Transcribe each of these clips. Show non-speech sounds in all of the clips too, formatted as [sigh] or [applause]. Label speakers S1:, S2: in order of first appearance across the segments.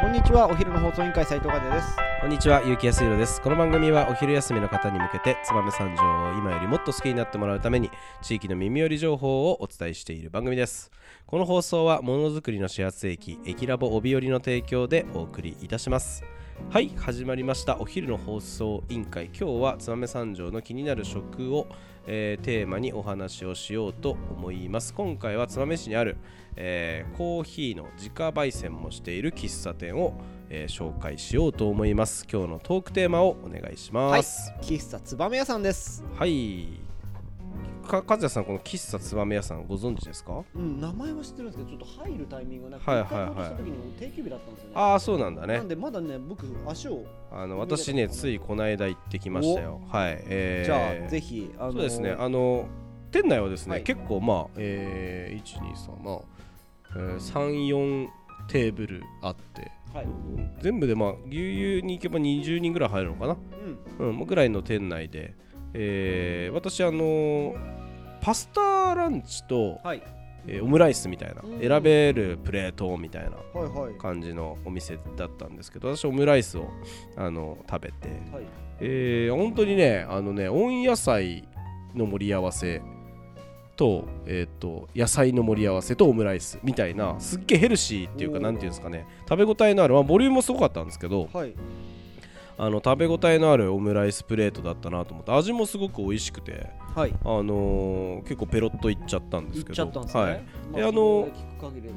S1: こんにちはお昼の放送委員会斉藤和也です
S2: こんにちは、ゆうきやすいろです。この番組はお昼休みの方に向けて、燕三条を今よりもっと好きになってもらうために、地域の耳寄り情報をお伝えしている番組です。この放送は、ものづくりの始発駅、駅ラボ帯寄りの提供でお送りいたします。はい、始まりました。お昼の放送委員会。今日は、燕三条の気になる食を、えーテーマにお話をしようと思います。今回は、燕市にある、えーコーヒーの自家焙煎もしている喫茶店をえー紹介しようと思います今日のトークテーマをお願いします
S1: 喫茶つばめ屋さんです
S2: はい、か和也さんこの喫茶つばめ屋さんご存知ですか
S1: うん名前は知ってるんですけどちょっと入るタイミングがなくて
S2: はい
S1: 一
S2: はい
S1: 回
S2: はい
S1: 戻した時に定休日だったんですよね
S2: ああそうなんだね
S1: なんでまだね僕足を
S2: あの私ねついこの間行ってきましたよはいえー、
S1: じゃあぜひあの
S2: そうですねあの店内はですね、
S1: はい
S2: 結構まあえー、123まあ、えー、34テーブルあって
S1: はい
S2: 全部でまあぎゅうぎゅうに行けば20人ぐらい入るのかな
S1: うん
S2: うん、ぐらいの店内で、えー私あのーパスタランチと、
S1: はい
S2: えーオムライスみたいな
S1: うん
S2: 選べるプレートみたいな
S1: はいはい
S2: 感じのお店だったんですけど私オムライスをあの食べて、
S1: はい
S2: えー本当にねあのね温野菜の盛り合わせと,、えー、と野菜の盛り合わせとオムライスみたいなすっげえヘルシーっていうか
S1: おー
S2: なんていうんですかね食べ応えのある、まあ、ボリュームもすごかったんですけど、
S1: はい
S2: あの食べ応えのあるオムライスプレートだったなと思って味もすごく美味しくて、
S1: はい
S2: あのー結構ペロッといっちゃったんで
S1: 行
S2: す
S1: っ
S2: けど
S1: ちゃったんですね、
S2: はい、
S1: ま
S2: であの
S1: それ聞く限りだと結構デ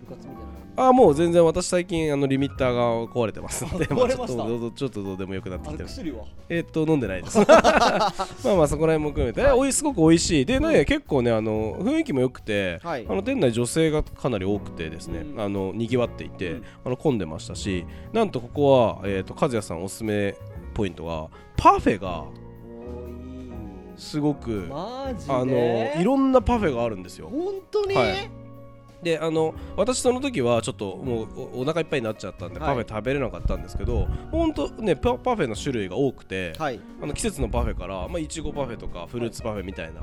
S1: ブ活みたいな
S2: あーもう全然私最近あのリミッターが壊れてますんで
S1: あ
S2: まあ
S1: 壊れました
S2: ちょっとどうぞちょっとどうでもよくなっ
S1: あ
S2: てき
S1: れ
S2: てます
S1: 薬は
S2: えーっと飲んでな
S1: [laughs]
S2: いですまあまあそこら辺も含めて、えおいすごく美味しいでね、結構ねあの雰囲気も良くて、
S1: はい
S2: あの店内女性がかなり多くてですね、
S1: うん
S2: あの賑わっていて、
S1: うん
S2: あの混んでましたしなんとここは、えー、と和也さんおすすめポイントがパフェが
S1: おい
S2: すごく、
S1: マジで
S2: あのいろんなパフェがあるんですよ
S1: 本当に、
S2: はいであの私その時はちょっともうおお腹いっぱいになっちゃったんで、
S1: はい
S2: パフェ食べれなかったんですけどほんとねパパフェの種類が多くて、
S1: はい
S2: あの季節のパフェからまあいちごパフェとかフルーツパフェみたいな、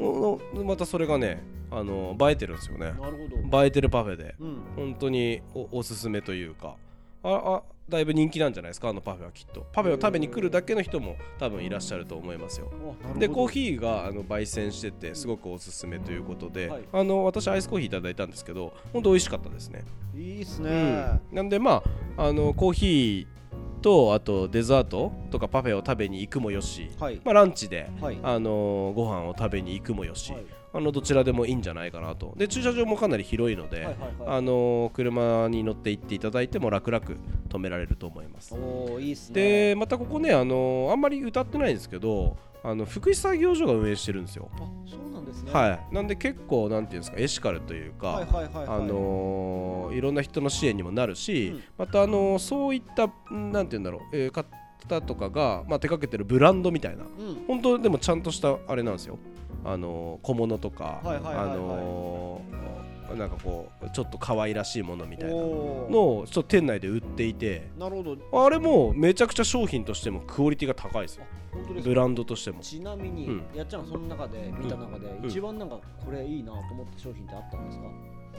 S2: ののまたそれがねあの映えてるんですよ
S1: な
S2: ね
S1: るほど
S2: 映えてるパフェで
S1: うん
S2: 本当におおすすめというかああだいぶ人気なんじゃないですかあのパフェはきっとパフェを食べに来るだけの人も多分いらっしゃると思いますよでコーヒーがあの焙煎しててすごくおすすめということで、
S1: はい
S2: あの私アイスコーヒーいただいたんですけど本当美味しかったですね、
S1: ーいいっす
S2: う
S1: ね、
S2: ん、なんでまああのコーヒーとあとデザートとかパフェを食べに行くもよし、
S1: はい
S2: まあ、ランチで、
S1: はい
S2: あのご飯を食べに行くもよし、
S1: はい
S2: あのどちらでもいいんじゃないかなとで駐車場もかなり広いので、
S1: はいはいはい
S2: あの車に乗って行っていただいても楽々止められると思います
S1: おおいいっすね
S2: でまたここねあのあんまり歌ってないんですけどあの福祉作業所が運営してるんですよ、
S1: あそうなんですね
S2: はいなんで結構なんていうんですかエシカルというか、
S1: はいはいはいはい
S2: あのーいろんな人の支援にもなるし、
S1: うん
S2: またあのーそういったんなんて言うんだろう、えー方とかが、まあ、手掛けてるブランドみたいな
S1: うん
S2: 本当でもちゃんとしたあれなんですよあのー小物とか
S1: はいはいはいはい
S2: あのーなんかこうちょっと可愛らしいものみたいなの
S1: おー
S2: をちょっと店内で売っていて
S1: なるほど
S2: あれもめちゃくちゃ商品としてもクオリティが高いですよ
S1: 本当です
S2: ブ
S1: か
S2: ランドとしても
S1: ちなみに、
S2: うん
S1: やっちゃんその中で見た中で、
S2: ん
S1: 一番なんかこれいいなと思った商品ってあったんですか、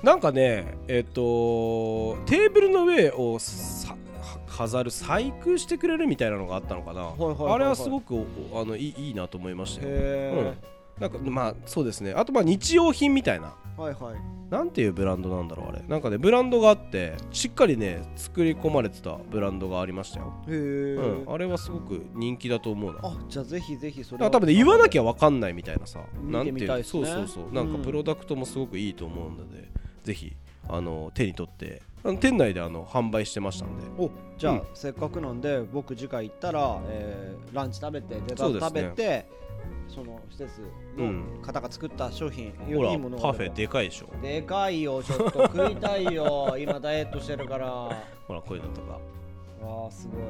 S2: なんかねえっ、とテーブルの上をさは飾る細工してくれるみたいなのがあったのかな、
S1: いはいはいはい
S2: あれはすごくおおあのいいいいなと思いましたよ、
S1: へ
S2: うん、なんかまあそうですねあとまあ日用品みたいな
S1: え、はいはい
S2: なんていうブランドなんだろうあれなんかねブランドがあってしっかりね作り込まれてたブランドがありましたよ、
S1: へえ、
S2: うん、あれはすごく人気だと思うな
S1: あじゃあぜひぜひそれ
S2: あ多分ね言わなき
S1: ゃ
S2: ゃ分かんないみたいなさ
S1: 見
S2: なん
S1: て
S2: て
S1: み
S2: い
S1: たいうっす
S2: そ
S1: ね
S2: うそうそうなんか
S1: うん
S2: プロダクトもすごくいいと思うので、ぜひあの手に取ってあの店内であの販売してましたんで
S1: おじゃあ、
S2: うん
S1: せっかくなんで僕次回行ったら、えーランチ食べてデザート
S2: そう
S1: 食べ
S2: ですね
S1: て、その施設
S2: うん
S1: の方が作った商品、
S2: ほ
S1: い
S2: ら
S1: いものがあ
S2: パ
S1: れ
S2: フ
S1: ば
S2: ェでかいでしょ
S1: でかいよちょっと食い
S2: [laughs]
S1: たいよ今ダイエットしてるからわ
S2: ほらこういうのとか
S1: あすごい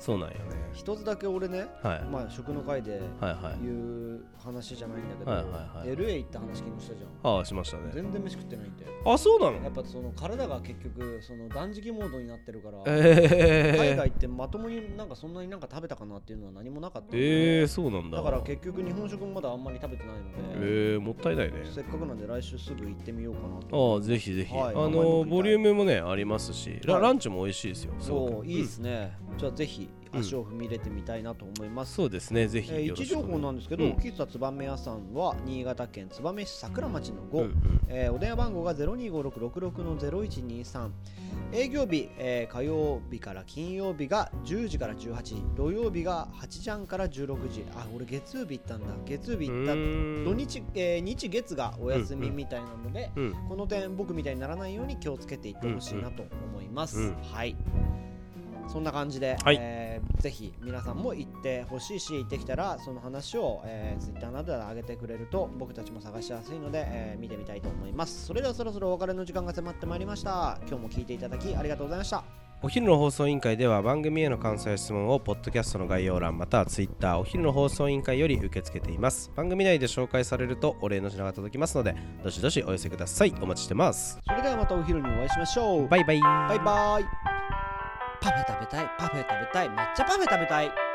S2: そうなんよね
S1: 一つだけ俺ね、
S2: はい
S1: まあ、食の会で
S2: はいはい
S1: 言う話じゃないんだけど、
S2: はいはいはい
S1: LA 行った話聞きましたじゃん
S2: ああしましたね
S1: 全然飯食ってないんで
S2: あそうなの
S1: やっぱその体が結局その断食モードになってるから、
S2: え
S1: 海
S2: ー、
S1: 外ってまともになんかそんなになんか食べたかなっていうのは何もなかったんで、
S2: えー、そうなんだ
S1: だから結局日本食もまだあんまり食べてないので、
S2: えー、もったいないね
S1: せっかくなんで来週すぐ行ってみようかなと
S2: ああぜひぜひ、
S1: はい名
S2: あ
S1: 前も
S2: の
S1: 送りたい
S2: ボリュームもねありますし、ラ
S1: はい
S2: ランチも美味しいですよすごく
S1: そういいですね、じゃあぜひ足を踏み入れてみたいなと思います、
S2: そうですねぜひ
S1: えー位
S2: よろ
S1: 置
S2: しく
S1: 情
S2: お願い
S1: 報なんですけど、
S2: うん
S1: 喫茶つばめ屋さんは新潟県燕市桜町の5、
S2: うんうん
S1: えーお電話番号が025666の0123営業日、えー火曜日から金曜日が10時から18時土曜日が8時半から16時あ俺月曜日行ったんだ月曜日行った
S2: うーん
S1: 土日、えー日月がお休みみたいなので、
S2: うん
S1: この点僕みたいにならないように気をつけていってほしいなと思います、
S2: うんうん
S1: はいそんな感じで、
S2: はい
S1: えーぜひ皆さんも行ってほしいし行ってきたらその話を、えー、Twitter などで上げてくれると僕たちも探しやすいので、えー見てみたいと思いますそれではそろそろお別れの時間が迫ってまいりました今日も聞いていただきありがとうございました
S2: お昼の放送委員会では番組への感想や質問をポッドキャストの概要欄またはツイッターお昼の放送委員会より受け付けています番組内で紹介されるとお礼の品が届きますのでどしどしお寄せくださいお待ちしてます
S1: それではまたお昼にお会いしましょう
S2: バイバイ
S1: バイバイパフェ食べたいパフェ食べたい抹茶パフェ食べたい